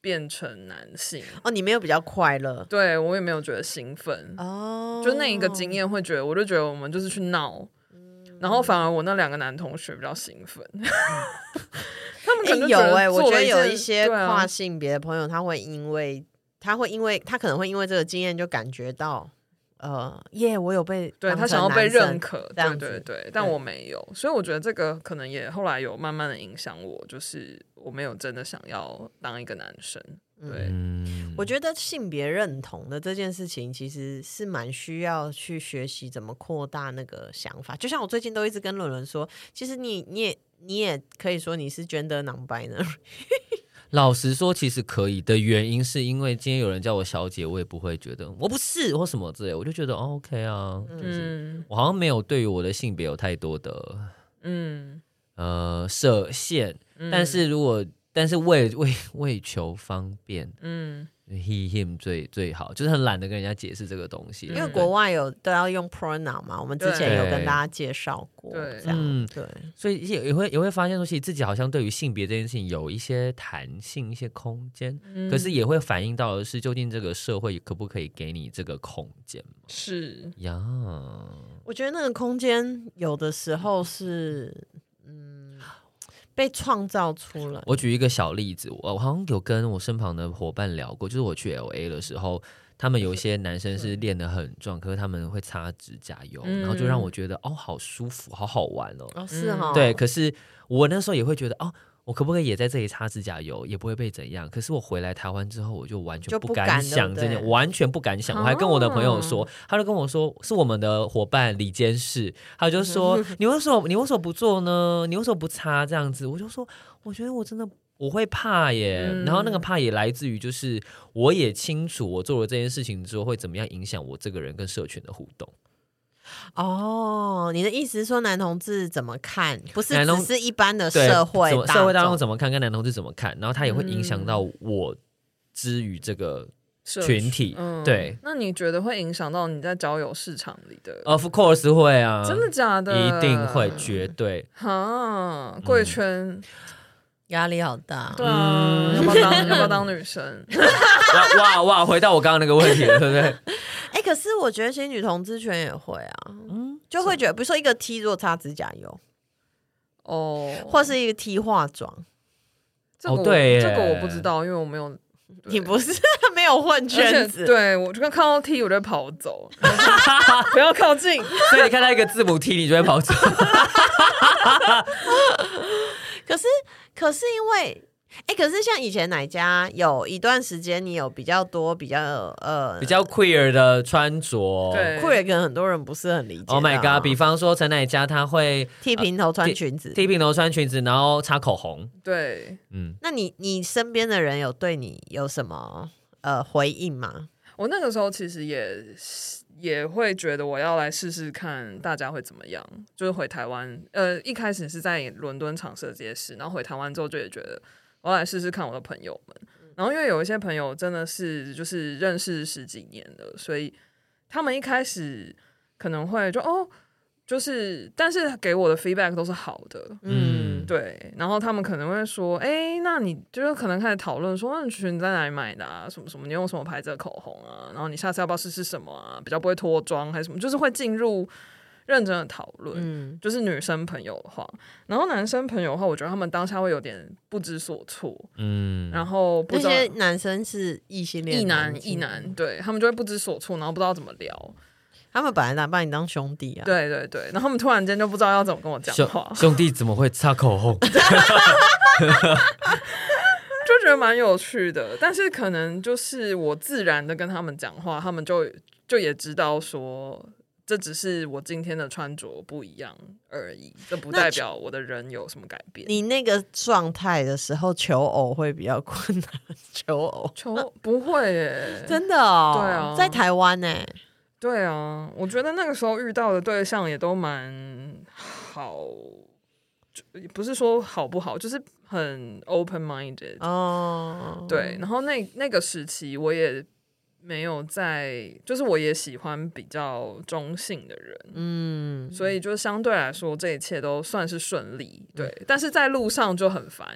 S3: 变成男性，
S2: 哦，你没有比较快乐
S3: 对我也没有觉得兴奋。
S2: 哦，嗯
S3: 就那一个经验会觉得，我就觉得我们就是去闹，然后反而我那两个男同学比较兴奋， 他们可
S2: 诶
S3: 能就
S2: 有
S3: 哎、
S2: 哎、我觉得有一些
S3: 对啊
S2: 跨性别的朋友，他会因为他会因为他可能会因为这个经验就感觉到，呃，耶，我有被
S3: 对
S2: 当
S3: 他
S2: 成
S3: 想要被
S2: 男生
S3: 认可，
S2: 这
S3: 对
S2: 样
S3: 对
S2: 子
S3: 对，但我没有，所以我觉得这个可能也后来有慢慢的影响我，就是我没有真的想要当一个男生，对，
S1: 嗯
S2: 我觉得性别认同的这件事情，其实是蛮需要去学习怎么扩大那个想法。就像我最近都一直跟伦伦说，其实你你也你也可以说你是 gender non-binary，
S1: 老实说，其实可以的原因是因为今天有人叫我小姐，我也不会觉得我不是或什么之类，我就觉得哦 OK 啊，就是、
S3: 嗯
S1: 我好像没有对于我的性别有太多的
S3: 嗯，
S1: 呃设限，
S3: 嗯
S1: 但是如果但是为为 为求方便
S3: 嗯
S1: ，he him 最最好，就是很懒得跟人家解释这个东西，
S3: 因
S2: 因为
S1: 对
S2: 国外有都要用 pronoun 嘛，我们之前有跟大家介绍过，
S3: 对
S2: 这样
S1: 嗯
S2: 对。
S1: 所以也也会也会发现说，其实自己好像对于性别这件事情有一些弹性、一些空间，
S3: 嗯
S1: 可是也会反映到的是，究竟这个社会可不可以给你这个空间嘛
S3: 是
S1: 呀？
S2: 我觉得那个空间有的时候是嗯被创造出来，
S1: 我举一个小例子，我我好像有跟我身旁的伙伴聊过，就是我去 L A 的时候，他们有一些男生是练得很壮，可是他们会擦指甲油，
S3: 嗯
S1: 然后就让我觉得哦，好舒服，好好玩哦。
S2: 哦是哈、
S3: 嗯
S1: 对，可是我那时候也会觉得哦。我可不可以也在这里擦指甲油，也不会被怎样？可是我回来台湾之后，我就完
S2: 就
S1: 全
S2: 不敢
S1: 敢想
S2: 对不
S1: 这
S2: 对啊
S1: 件，完全不敢想。我还跟我的朋友说，他就跟我说是我们的伙伴李监事，他
S2: 嗯
S1: 就说 你为什么你为什么不做呢？你为什么不擦这样子？我就说我觉得我真的我会怕耶。
S3: 嗯
S1: 然后那个怕也来自于就是我也清楚我做了这件事情之后会怎么样影响我这个人跟社群的互动。
S2: 哦，你的意思是说男同志怎么看？不是
S1: 男
S2: 只
S1: 同
S2: 是一般
S3: 呃
S2: 的
S1: 对
S2: 社会
S1: 怎么社会大众
S2: 众
S1: 怎么看，跟男同志怎么看，然后他也会影响到我之于这个、群体
S3: 嗯
S1: 对。
S3: 那你觉得会影响到你在交友市场里的？
S1: 呃 of course 会啊，
S3: 真的假的？
S1: 一定会，绝对。
S3: 哈，贵
S1: 嗯
S3: 圈，
S2: 压力好大
S3: 对。啊，要不
S1: 嗯
S3: 要当要不 要当女生？
S1: 哇哇哇！回到我刚刚那个问题了，对不对？
S2: 哎、可是我觉得其实女同志圈也会啊，嗯，就会觉得，比如说一个 T 如果擦指甲油，
S3: 哦，
S2: 或是一个 T 化妆，
S3: 这个我
S1: 哦对耶
S3: 这个我不知道，因为我没有。对
S2: 你不是 没有混
S3: 而且
S2: 圈子，
S3: 对我就看到 T 我就会跑 走，不要靠近。
S1: 所以你看到一个字母 T，你就会跑走。
S2: 可是，可是因为，哎、可是像以前哪家有一段时间，你有比较多比较呃
S1: 比较 queer 的穿着，
S3: 对
S2: 酷也跟很多人不是很理解的啊。
S1: Oh my god！比方说陈乃佳，她会
S2: 剃平头穿裙子，
S1: 剃平头、穿裙子，然后擦口红。
S3: 对
S1: 嗯，
S2: 那你你身边的人有对你有什么呃回应吗？
S3: 我那个时候其实也也会觉得我要来试试看大家会怎么样，就是回台湾。呃，一开始是在伦敦尝试了这些事，然后回台湾之后就也觉得我要来试试看我的朋友们。
S2: 嗯
S3: 然后因为有一些朋友真的是就是认识十几年了，所以他们一开始可能会就哦，就是但是给我的 feedback 都是好的，
S1: 嗯嗯，
S3: 对，然后他们可能会说，哎、那你就是可能开始讨论说，那你在哪里买的啊？什么什么？你用什么牌子的口红啊？然后你下次要不要试试什么啊？比较不会脱妆还是什么？就是会进入认真的讨论。
S2: 嗯，
S3: 就是女生朋友的话，然后男生朋友的话，我觉得他们当下会有点不知所措，
S1: 嗯，
S3: 然后不
S2: 那
S3: 知道
S2: 些男生是异性恋，
S3: 一男一男，，对他们就会不知所措，然后不知道怎么聊。
S2: 他们本来打把你当兄弟啊，
S3: 对对对，然后他们突然间就不知道要怎么跟我讲
S1: 兄
S3: 话，
S1: 兄弟怎么会擦口红？
S3: 就觉得蛮有趣的。但是可能就是我自然的跟他们讲话，他们就就也知道说。这只是我今天的穿着不一样而已，这不
S2: 那
S3: 代
S2: 其
S3: 表我的人有什么改变。
S2: 你那个状态的时候，求偶会比较困难，求偶。
S3: 求不会耶，
S2: 真的哦，
S3: 对啊
S2: 在台湾呢、
S3: 对啊，我觉得那个时候遇到的对象也都蛮好，就也不是说好不好，就是很 open minded、
S2: 哦，
S3: 对，，然后那那个时期我也没有在，就是我也喜欢比较中性的人，
S2: 嗯，
S3: 所以就相对来说这一切都算是顺利。对，
S2: 嗯
S3: 但是在路上就很烦。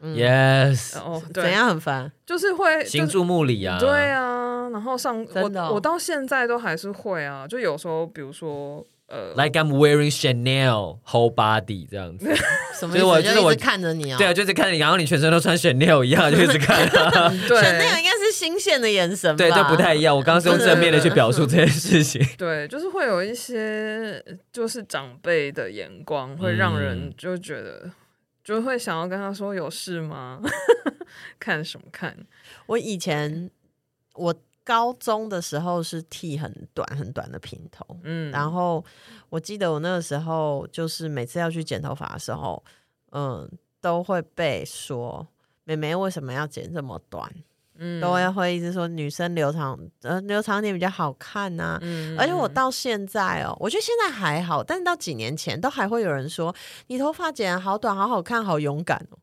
S3: 嗯
S1: yes，
S3: 然后
S2: 怎
S3: 对，
S2: 样很烦？
S3: 就是会
S1: 行
S3: 就是
S1: 注目礼啊，
S3: 对，啊，然后上
S2: 真的哦
S3: 我我到现在都还是会啊，就有时候比如说呃，
S1: Like I'm wearing Chanel whole body 这样子，
S2: 什
S1: 所
S2: 么意
S1: 以
S2: 思？
S1: 我就是
S2: 就一
S1: 我
S2: 直看着你啊、
S1: 对啊，就是看你，然后你全身都穿 Chanel 一样，就一直看啊，
S3: 嗯对
S2: 那个应该是新鲜的眼神吧？
S1: 对，就不太一样。我刚刚是用正面的去表述这件事 情，
S3: 对，就是会有一些呃就是长辈的眼光，会让人
S1: 嗯
S3: 就觉得。就会想要跟他说有事吗？ 看什么看？
S2: 我以前我高中的时候是剃很短很短的平头，
S3: 嗯，
S2: 然后我记得我那个时候就是每次要去剪头发的时候，嗯，都会被说。妹妹为什么要剪这么短？
S3: 嗯
S2: 都会会一直说女生留长，呃，留长点比较好看呐、
S3: 嗯
S2: 而且我
S3: 嗯
S2: 到现在哦，我觉得现在还好，但是到几年前都还会有人说你头发剪得好短，好好看，好勇敢哦。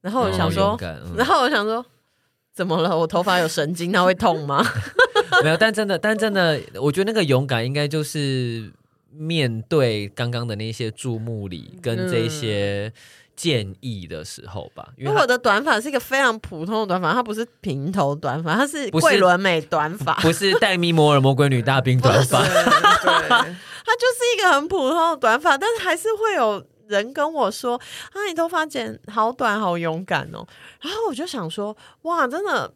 S2: 然后我想说，然
S1: 嗯
S2: 后我想说，怎么了？我头发有神经，它会痛吗？
S1: 没有，但真的，但真的，我觉得那个勇敢应该就是面对刚刚的那些注目礼跟这些建议的时候吧， 因
S2: 因
S1: 为
S2: 为
S1: 它
S2: 我的短发是一个非常普通的短发，它不是平头短发，它是
S1: 不是
S2: 桂纶镁短发，
S1: 不是黛咪摩尔魔鬼女大 兵短发，
S3: 对 对
S2: 它就是一个很普通的短发，但是还是会有人跟我说：“啊，你头发剪好短，好勇敢哦。”然后我就想说：“哇，真的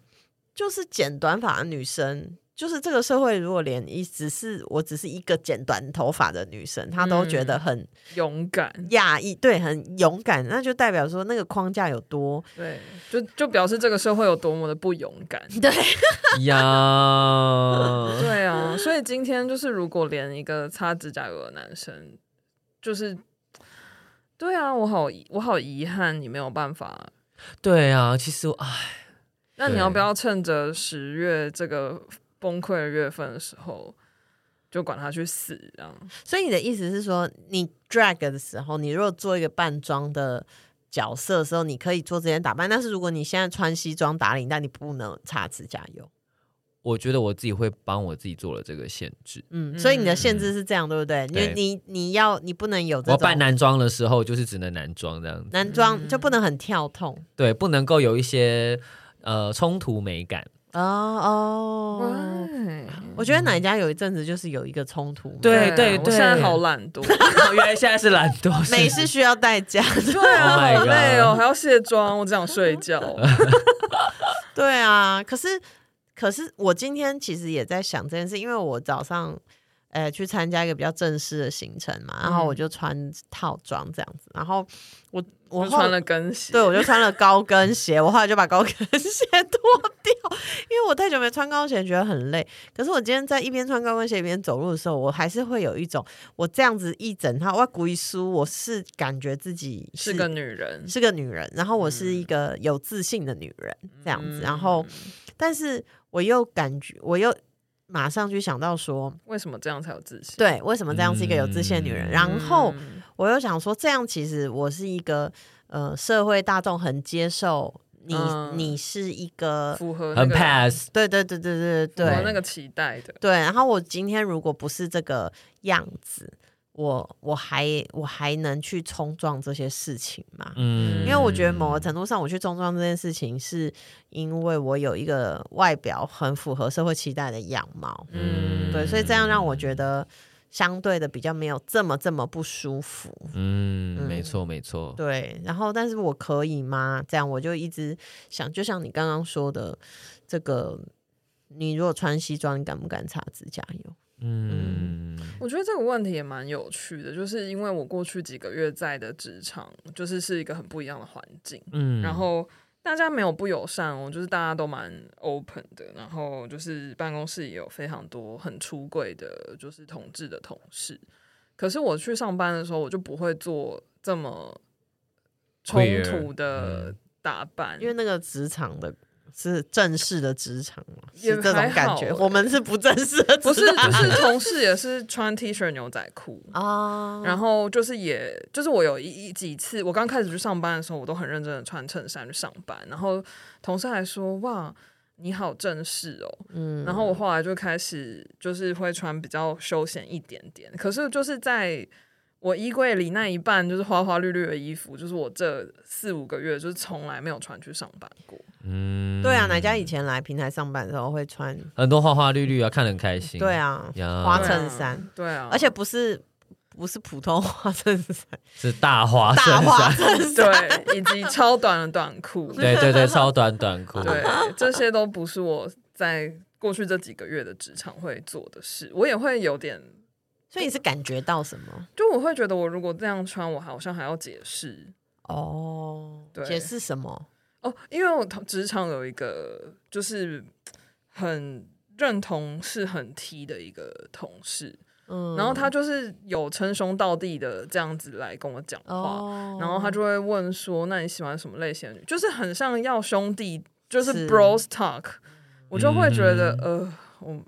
S2: 就是剪短发的女生。”就是这个社会，如果连一只是我只是一个剪短头发的女生，她都觉
S1: 嗯
S2: 得很
S3: 勇敢，
S2: 讶异，对，很勇敢，那就代表说那个框架有多
S3: 对，就就表示这个社会有多么的不勇敢。
S2: 对，
S1: 呀，
S3: 对啊，所以今天就是，如果连一个擦指甲油的男生，就是，对啊，我好遗我好遗憾，你没有办法。
S1: 对啊，其实我唉，
S3: 那你
S1: 对
S3: 要不要趁着十月这个崩溃的月份的时候，就管他去死这样？
S2: 所以你的意思是说，你 drag 的时候，你如果做一个扮装的角色的时候，你可以做这些打扮，但是如果你现在穿西装打领带，你不能擦指甲油。
S1: 我觉得我自己会帮我自己做了这个限制。
S2: 嗯，所以你的限制是这样，对不对？
S1: 对
S2: 你你你要你不能有哦这
S1: 我扮
S2: 种
S1: 男装的时候，就是只能男装这样子，
S2: 男装，就不能很跳痛。
S1: 对，不能够有一些呃冲突美感。
S2: 哦哦，
S3: 嗯，
S2: 我觉得哪家有一阵子就是有一个冲突嘛，
S1: 对
S3: 对
S1: 对
S3: 啊我
S1: 对
S3: 现在好懒 惰。
S2: Oh
S1: 哦原来现在是懒惰，是
S2: 美是需要代价的。
S3: 对啊，
S1: Oh my
S3: 好累哦，
S1: God
S3: 还要卸妆，我只想睡觉。
S2: 对啊，可是可是我今天其实也在想这件事，因为我早上呃去参加一个比较正式的行程嘛，然后
S3: 嗯
S2: 我就穿套装这样子，然后我我
S3: 就
S2: 后
S3: 穿了跟鞋，
S2: 对，我就穿了高跟鞋，我后来就把高跟鞋 脱掉，因为我太久没穿高跟鞋，觉得很累。可是我今天在一边穿高跟鞋一边走路的时候，我还是会有一种我这样子一整套，我故意梳，我是感觉自己
S3: 是个嗯女人，
S2: 是个女人，然后我是一个有自信的女人，这样
S3: 嗯
S2: 子。然后，但是我又感觉，我又马上就想到说，
S3: 为什么这样才有自信？
S2: 对，为什么这样是一个有自信的女人？
S1: 嗯
S2: 然后
S3: 嗯
S2: 我又想说，这样其实我是一个呃，社会大众很接受你，
S3: 嗯
S2: 你是一个，
S3: 符合那
S1: 很
S3: 个
S1: pass，
S2: 对对对对对
S3: 符合
S2: 对
S3: 那个期待的，
S2: 对。然后我今天如果不是这个样子。我我还我还能去冲撞这些事情吗？
S1: 嗯
S2: 因为我觉得某个程度上，我去冲撞这件事情，是因为我有一个外表很符合社会期待的样貌，
S3: 嗯
S2: 对，所以这样让我觉得相对的比较没有这么这么不舒服。
S1: 嗯，
S2: 嗯
S1: 没错没错，
S2: 对，然后但是我可以吗？这样我就一直想，就像你刚刚说的，这个你如果穿西装，你敢不敢擦指甲油？
S1: 嗯
S3: 我觉得这个问题也蛮有趣的，就是因为我过去几个月在的职场，就是是一个很不一样的环境，
S1: 嗯，
S3: 然后大家没有不友善哦，就是大家都蛮 open 的，然后就是办公室也有非常多很出柜的，就是同志的同事。可是我去上班的时候，我就不会做这么冲
S1: Queer，
S3: 突的
S1: 嗯
S3: 打扮，
S2: 因为那个职场的。是正式的职场嘛？
S3: 也
S2: 是这种
S3: 还
S2: 感
S3: 好
S2: 觉。
S3: 欸
S2: 我们是不正式 的
S3: 不是
S2: 职场，
S3: 就是同事也是穿 T 恤牛仔裤，
S2: 啊。
S3: 然后就是也，就是我有一一几次，我刚开始去上班的时候，我都很认真的穿衬衫去上班，然后同事还说哇。你好正式哦，
S2: 嗯
S3: 然后我后来就开始就是会穿比较休闲一点点，可是就是在我衣柜里那一半就是花花绿绿的衣服，就是我这四五个月就是从来没有穿去上班过，
S1: 嗯
S2: 对啊，哪家以前来平台上班的时候会穿？
S1: 很多花花绿绿啊，看得很开心，
S2: 对，啊，
S1: 呀
S2: 花衬衫，
S3: 对啊，
S2: 而且不是不是普通花衬衫，
S1: 啊是大花衬
S2: 大花
S1: 衫，
S2: 衬衫。
S3: 对，以及超短的短裤，
S1: 对对对，超短短 裤，
S3: 对，这些都不是我在过去这几个月的职场会做的事。我也会有点，
S2: 所以你是感觉到什么？
S3: 就我会觉得我如果这样穿，我好像还要解释
S2: 哦，
S3: 对
S2: 解释什么？
S3: 哦，因为我同职场有一个就是很认同是很 T 的一个同事，
S2: 嗯
S3: 然后他就是有称兄道弟的这样子来跟我讲话。
S2: 哦，
S3: 然后他就会问说：“那你喜欢什么类型的女？”就是很像要兄弟，就是是 bros talk，我就会觉得、呃，我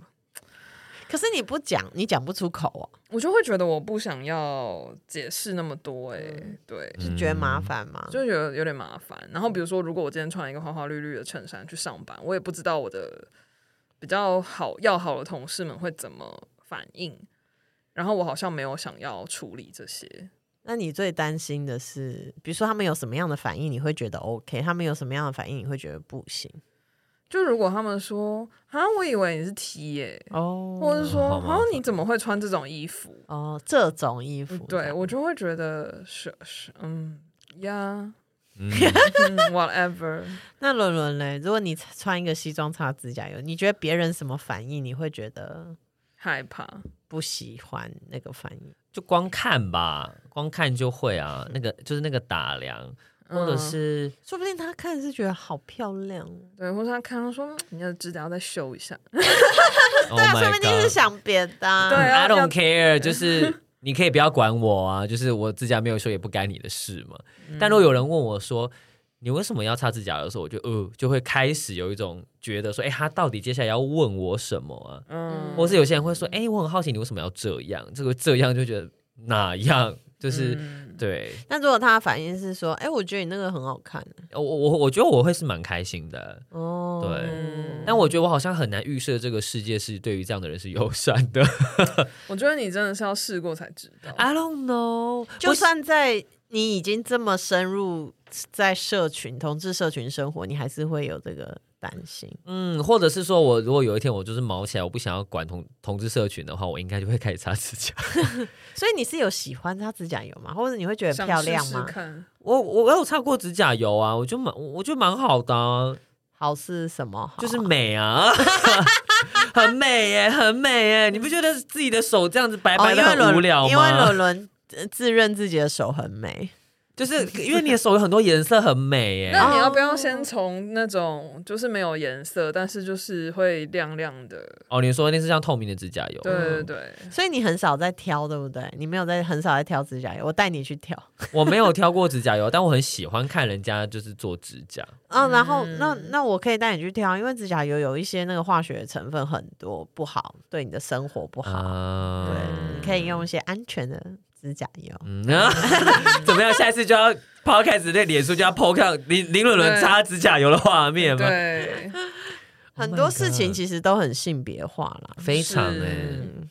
S2: 可是你不讲，你讲不出口哦
S3: 我就会觉得我不想要解释那么多、欸，
S2: 嗯
S3: 对，
S2: 啊，是觉得麻烦吗？
S3: 嗯就觉得有点麻烦。然后比如说，如果我今天穿了一个花花绿绿的衬衫去上班，我也不知道我的比较好要好的同事们会怎么反应。然后我好像没有想要处理这些，
S2: 那你最担心的是，比如说他们有什么样的反应，你会觉得哦 OK；他们有什么样的反应，你会觉得不行。
S3: 就如果他们说啊，我以为你是 T 耶、
S2: 哦
S3: 或者是说
S1: 好麻
S3: 啊
S1: 烦，哦
S3: 你怎么会穿这种衣服？
S2: 哦，这种衣服，
S3: 嗯对我就会觉得是是嗯呀、
S1: 嗯
S3: 嗯 whatever。
S2: 那伦伦嘞，如果你穿一个西装擦指甲油，你觉得别人什么反应？你会觉得
S3: 害怕，
S2: 不喜欢那个反应？
S1: 就光看吧，光看就会啊，那个就是那个打量，或者
S3: 嗯
S1: 是
S2: 说不定他看是觉得好漂亮哦，
S3: 对，或者他看到说嗯你的指甲要再修一下，
S1: 对
S3: 啊
S2: 那啊说不定是想别的啊、
S3: 对
S1: 嗯
S3: 啊
S1: I
S3: 要
S1: don't care，就是 你可以不要管我啊， 就是我指甲没有修也不干你的事嘛。
S3: 嗯
S1: 但如果有人问我说你为什么要擦指甲油的时候，我就呃就会开始有一种觉得说，哎、他到底接下来要问我什么啊？
S3: 嗯，
S1: 或是有些人会说，哎、我很好奇你为什么要这样？这个这样就觉得哪样？ 就是、
S3: 嗯
S1: 对
S2: 那如果他的反应是说，哎、我觉得你那个很好看
S1: 我我我觉得我会是蛮开心的。
S2: 哦，
S1: 对
S3: 嗯
S1: 但我觉得我好像很难预设这个世界是对于这样的人是友善的。
S3: 我觉得你真的是要试过才知道。
S1: I don't know，
S2: 就算在你已经这么深入在社群同志社群生活，你还是会有这个担心。
S1: 嗯，或者是说我如果有一天我就是毛起来，我不想要管同同志社群的话，我应该就会开始擦指甲。
S2: 所以你是有喜欢擦指甲油吗？或者你会觉得
S3: 想
S2: 漂亮吗？
S3: 试试看，
S1: 我我有擦过指甲油啊，我就蛮我我觉得蛮好的、啊，
S2: 好是什么好啊？
S1: 就是美啊， 很美耶、很美耶、你不觉得自己的手这样子白
S2: 哦，
S1: 白
S2: 因
S1: 的
S2: 为
S1: 很
S2: 伦
S1: 无聊
S2: 因为
S1: 吗？
S2: 伦伦呃自认自己的手很美，
S1: 就是因为你的手有很多颜色，很美耶、
S3: 那你要不要先从那种就是没有颜色，但是就是会亮亮的？
S1: 哦，你说那是像透明的指甲油，
S3: 对对对，
S2: 所以你很少在挑，对不对？你没有在很少在挑指甲油，我带你去挑。
S1: 我没有挑过指甲油，但我很喜欢看人家就是做指甲。
S2: 嗯，然后那那我可以带你去啊挑，因为指甲油有一些那个化学成分很多，不好，对你的生活不好。
S1: 啊
S2: 对，你可以用一些安全的指甲油。
S1: 嗯啊， 怎么样？下一次就要 podcast 那脸书就要 po 看林林伦伦擦指甲油的画面吗？
S3: 对，
S2: 很多事情
S1: ，Oh God
S2: 其实都很性别化啦。
S1: 非常哎、
S3: 是
S2: 嗯，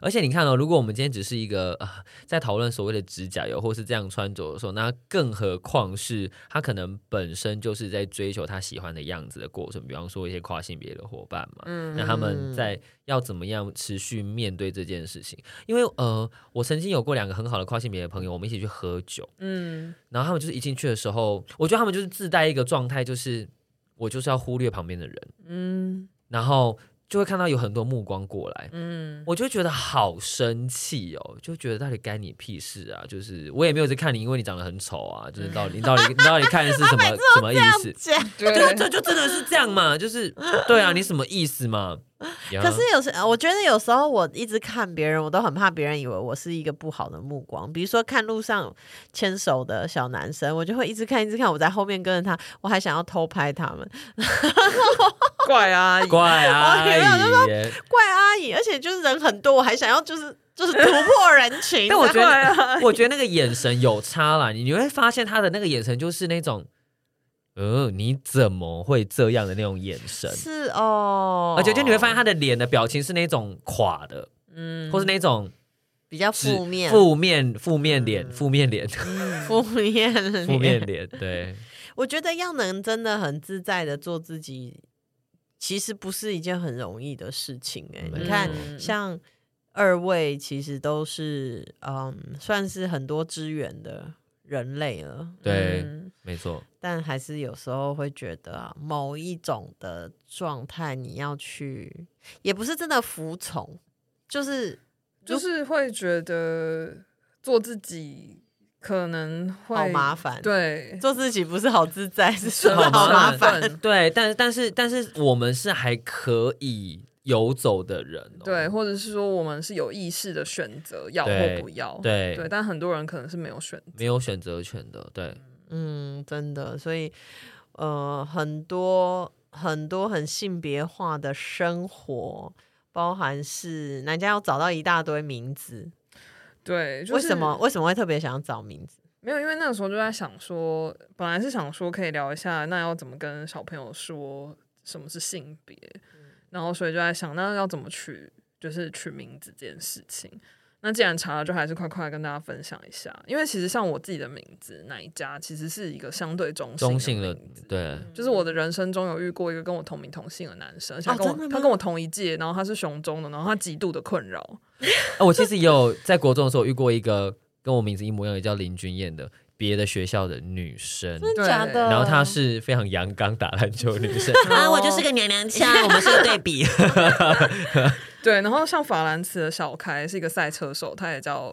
S1: 而且你看哦，如果我们今天只是一个、呃、在讨论所谓的指甲油或是这样穿着的时候，那更何况是他可能本身就是在追求他喜欢的样子的过程，比方说一些跨性别的伙伴嘛，
S3: 嗯
S1: 那他们在要怎么样持续面对这件事情？因为呃，我曾经有过两个很好的跨性别的朋友，我们一起去喝酒，
S3: 嗯
S1: 然后他们就是一进去的时候，我觉得他们就是自带一个状态，就是我就是要忽略旁边的人，
S3: 嗯
S1: 然后就会看到有很多目光过来，
S3: 嗯，
S1: 我就觉得好生气哦，就觉得到底干你屁事啊？就是我也没有在看你，因为你长得很丑啊，就是到底你到底你到底看的是 什么什么意思？
S2: 这样
S3: 对
S1: 对，这就真的是这样嘛，就是对啊，你什么意思嘛？呀
S2: 可是有时，我觉得有时候我一直看别人，我都很怕别人以为我是一个不好的目光。比如说看路上牵手的小男生，我就会一直看，一直看，我在后面跟着他，我还想要偷拍他们。
S3: 怪啊阿姨，
S1: 怪
S2: 哦
S1: 哎阿姨耶，
S2: 怪阿姨，而且就是人很多，我还想要就是就是突破 人群。
S1: 但我觉
S3: 怪
S1: 得，
S3: 阿姨，
S1: 我觉得那个眼神有差啦，你你会发现他的那个眼神就是那种，呃，你怎么会这样的那种眼神，
S2: 是哦，
S1: 而且就你会发现他的脸的表情是那种垮的，
S3: 嗯
S1: 或是那种。
S2: 比较
S1: 是
S2: 负面，
S1: 负面、负面脸、负面脸、
S2: 负面，
S1: 负面。脸，对，
S2: 我觉得要能真的很自在的做自己，其实不是一件很容易的事情、欸。
S1: 没
S2: 你看，
S3: 嗯
S2: 像二位其实都是嗯，算是很多资源的人类了，
S1: 对
S3: 嗯
S1: 没错，
S2: 但还是有时候会觉得、啊、某一种的状态，你要去，也不是真的服从，就是
S3: 就是会觉得做自己可能会
S2: 好麻烦。，
S3: 对，
S2: 做自己不是好自在，是说
S1: 好
S2: 好麻
S1: 麻
S2: 烦。
S3: 烦，
S1: 对，但但是但是我们是还可以游走的人、哦，
S3: 对，或者是说我们是有意识的选择要
S1: 对
S3: 或不要，
S1: 对
S3: 对，但很多人可能是没有选择，
S1: 没有选择权的，对，
S2: 嗯，真的，所以呃，很多很多很性别化的生活，包含是人家要找到一大堆名字，
S3: 对，就是、
S2: 为什么为什么会特别想要找名字？
S3: 没有？因为那个时候就在想说，本来是想说可以聊一下，那要怎么跟小朋友说什么是性别，
S1: 嗯
S3: 然后所以就在想，那要怎么取，就是取名字这件事情。那既然查了，就还是快快跟大家分享一下，因为其实像我自己的名字那一家，其实是一个相对中性
S1: 中性的
S3: 名字，
S1: 对，
S3: 就是我的人生中有遇过一个跟我同名同姓的男生，而且他
S2: 嗯哦
S3: 跟我、
S2: 真的吗
S3: 他跟我同一届，然后他是雄中的，然后他极度的困扰，
S1: 啊，我其实也有在国中的时候遇过一个跟我名字一模一样，也叫林君燕的，别的学校的女生，
S3: 对假的
S1: 然后她是非常阳刚打篮球的女 生，
S4: 啊，我就是个娘娘腔，我们是个对 比。
S3: 对，然后像法兰茨的小开是一个赛车手，他也叫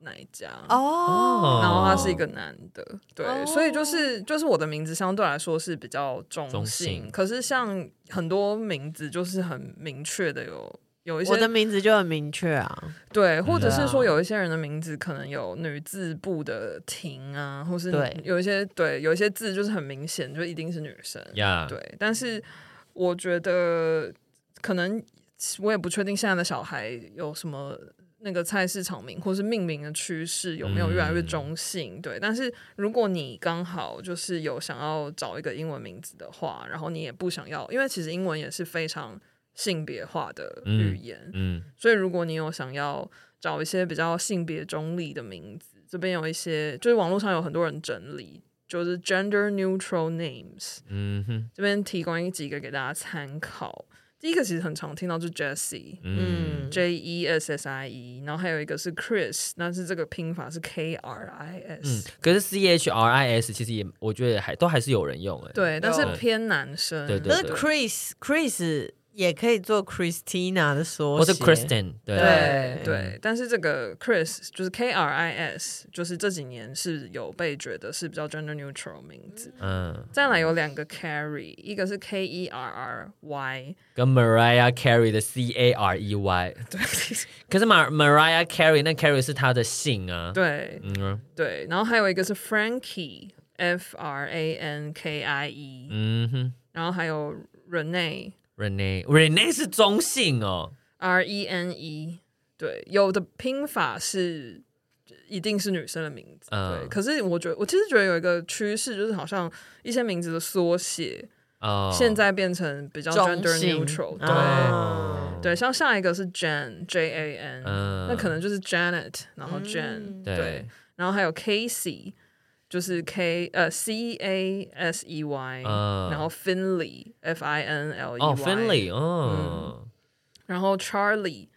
S3: 奶家。
S2: 哦，
S3: 然后他是一个男的，对，
S2: 哦
S3: 所以就是就是我的名字相对来说是比较中性，
S1: 中性
S3: 可是像很多名字就是很明确的有有一些
S2: 我的名字就很明确啊，
S3: 对，或者
S1: 对
S3: 是
S2: 啊
S3: 说有一些人的名字可能有女字部的婷啊，或是
S2: 对
S3: 有一些对有一些字就是很明显就一定是女生，
S1: 呀，
S3: 对，但是我觉得可能我也不确定现在的小孩有什么那个菜市场名或是命名的趋势有没有越来越
S1: 嗯
S3: 中性。对，但是如果你刚好就是有想要找一个英文名字的话，然后你也不想要，因为其实英文也是非常性别化的语言，
S1: 嗯，
S3: 所以如果你有想要找一些比较性别中立的名字，这边有一些就是网络上有很多人整理。就是 gender neutral names，
S1: 嗯哼，
S3: 这边提供几个给大家参考。第一个其实很常听到，就是 Jessie。
S1: 嗯，
S2: 嗯，
S3: J E S S I E，然后还有一个是 Chris，但是这个拼法是 K R I
S1: 嗯
S3: S，、，
S1: 可是 C H R I S 其实也，我觉得还都还是有人用哎、
S3: 对，但是
S2: 有
S3: 偏男生，
S1: 对
S2: 可
S1: 对
S2: 是 Chris Chris 也可以做 Christina 的缩
S1: 或是
S2: 写
S1: Kristen，对
S3: 对
S2: 对
S1: 嗯
S3: 对，但是这个 Chris 就是 K R I S，就是这几年是有被觉得是比较 gender neutral 名字。
S1: 嗯，
S3: 再来有两个 Carry，一个是 K E R R Y，
S1: 跟 Mariah Carey 的 C A R E Y，
S3: 对
S1: 可是 Mar Mariah Carey 那 Carey 是她的姓啊，
S3: 对
S1: 嗯
S3: 对，然后还有一个是 Frankie，F R A N K I E，
S1: 嗯哼
S3: 然后还有 Rene
S1: ，Rene Rene 是中性哦，
S3: R E N E，对，有的拼法是一定是女生的名字，
S1: 嗯
S3: 对。可是我觉得，我其实觉得有一个趋势，就是好像一些名字的缩写
S1: 哦
S3: 现在变成比较
S2: 中
S3: gender
S2: 性
S3: neutral，对、
S2: 哦
S3: 对，像下一个是 Jan J A N，、
S1: 嗯
S3: 那可能就是 Janet，然后 Jan，、
S2: 嗯
S1: 对
S3: 对，然后还有 Casey，就是 K 呃 C A S E Y，、
S1: 嗯
S3: 然后 Finley F I N L E Y，
S1: 哦，Finley，哦，
S3: 然后 Charlie，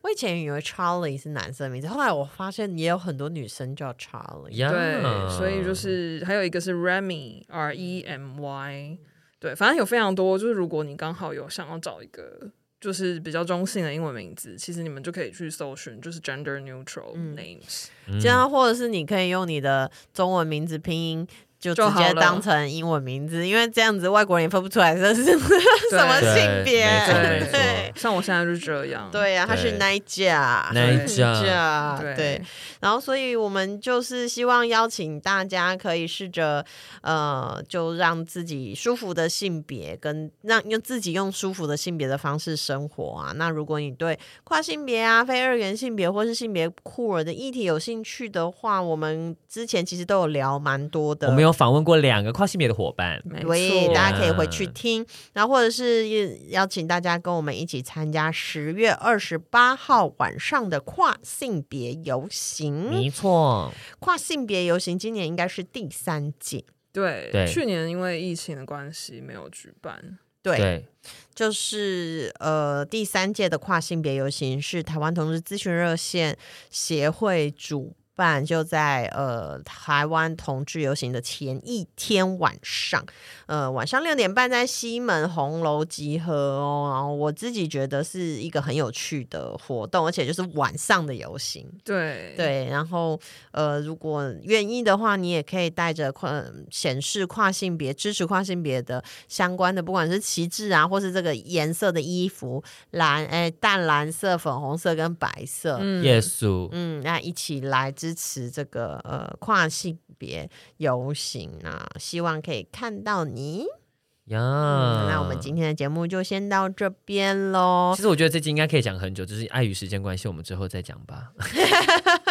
S2: 我以前以为 Charlie 是男生的名字，后来我发现也有很多女生叫 Charlie。
S1: 呀
S3: 对，所以就是还有一个是 Remy R E M Y，对，反正有非常多，就是如果你刚好有想要找一个就是比较中性的英文名字，其实你们就可以去搜寻，就是 gender neutral
S2: 嗯
S3: names，、
S1: 嗯
S2: 这样，或者是你可以用你的中文名字拼音。就直
S3: 就好
S2: 接
S3: 了
S2: 当成英文名字，因为这样子外国人也分不出来这是什么
S1: 对
S2: 性别
S1: 没。错
S3: 对
S1: 没
S2: 对
S1: 错
S3: 像我现在就是这样，
S2: 对 呀、他是
S1: 对
S2: Niger，
S1: 那一
S3: 对
S1: 家，
S2: 对对，然后所以我们就是希望邀请大家可以试着，呃，就让自己舒服的性别跟让用自己用舒服的性别的方式生活啊。那如果你对跨性别啊、非二元性别或是性别酷儿的议题有兴趣的话，我们之前其实都有聊蛮多的。
S1: 我们有访问过两个跨性别的伙伴，
S3: 没
S2: 所以
S3: 错
S2: 大家可以回去听，然后或者是也邀请大家跟我们一起参加十月二十八号晚上的跨性别游行。
S1: 没错，
S2: 跨性别游行今年应该是第三届，
S3: 对
S1: 对
S3: 去年因为疫情的关系没有举办，
S2: 对，
S1: 对，
S2: 就是呃第三届的跨性别游行是台湾同志咨询热线协会主办，就在呃台湾同志游行的前一天晚上，呃晚上六点半在西门红楼集合哦。然后我自己觉得是一个很有趣的活动，而且就是晚上的游行。
S3: 对
S2: 对，然后呃，如果愿意的话，你也可以带着跨、呃显示跨性别、支持跨性别的相关的，不管是旗帜啊，或是这个颜色的衣服，蓝哎淡蓝色、粉红色跟白色。嗯
S3: 嗯
S1: 耶稣，
S2: 那一起来支持这个呃跨性别游行啊，希望可以看到你。
S1: 呀，
S2: 嗯，那我们今天的节目就先到这边喽
S1: 其。实我觉得这集应该可以讲很久，就是碍于时间关系，我们之后再讲吧。
S2: 嗯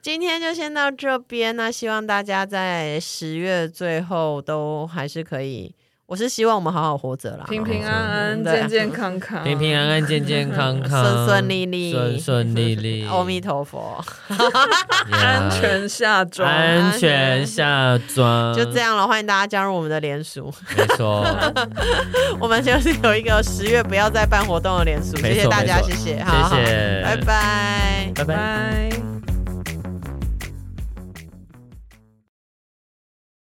S2: 今天就先到这边那希望大家在十月最后都还是可以，我是希望我们好好活着啦，
S3: 平平安
S2: 嗯
S3: 安、
S2: 对
S3: 健健康康、
S1: 平平安安、健健康康、
S2: 顺顺利利
S1: 顺顺利 利。
S2: 阿弥陀佛，
S1: 呀
S3: 安全下装。
S1: 安全下装，
S2: 就这。样了。欢迎大家加入我们的联署，
S1: 没 错，
S2: 我们就是有一个十月不要再办活动的联署，
S1: 嗯
S2: 谢
S1: 没
S2: 谢
S1: 错
S2: 大家，
S1: 没错
S2: 谢谢，好好
S1: 谢谢，
S2: 拜拜。
S1: 拜拜。
S3: 拜。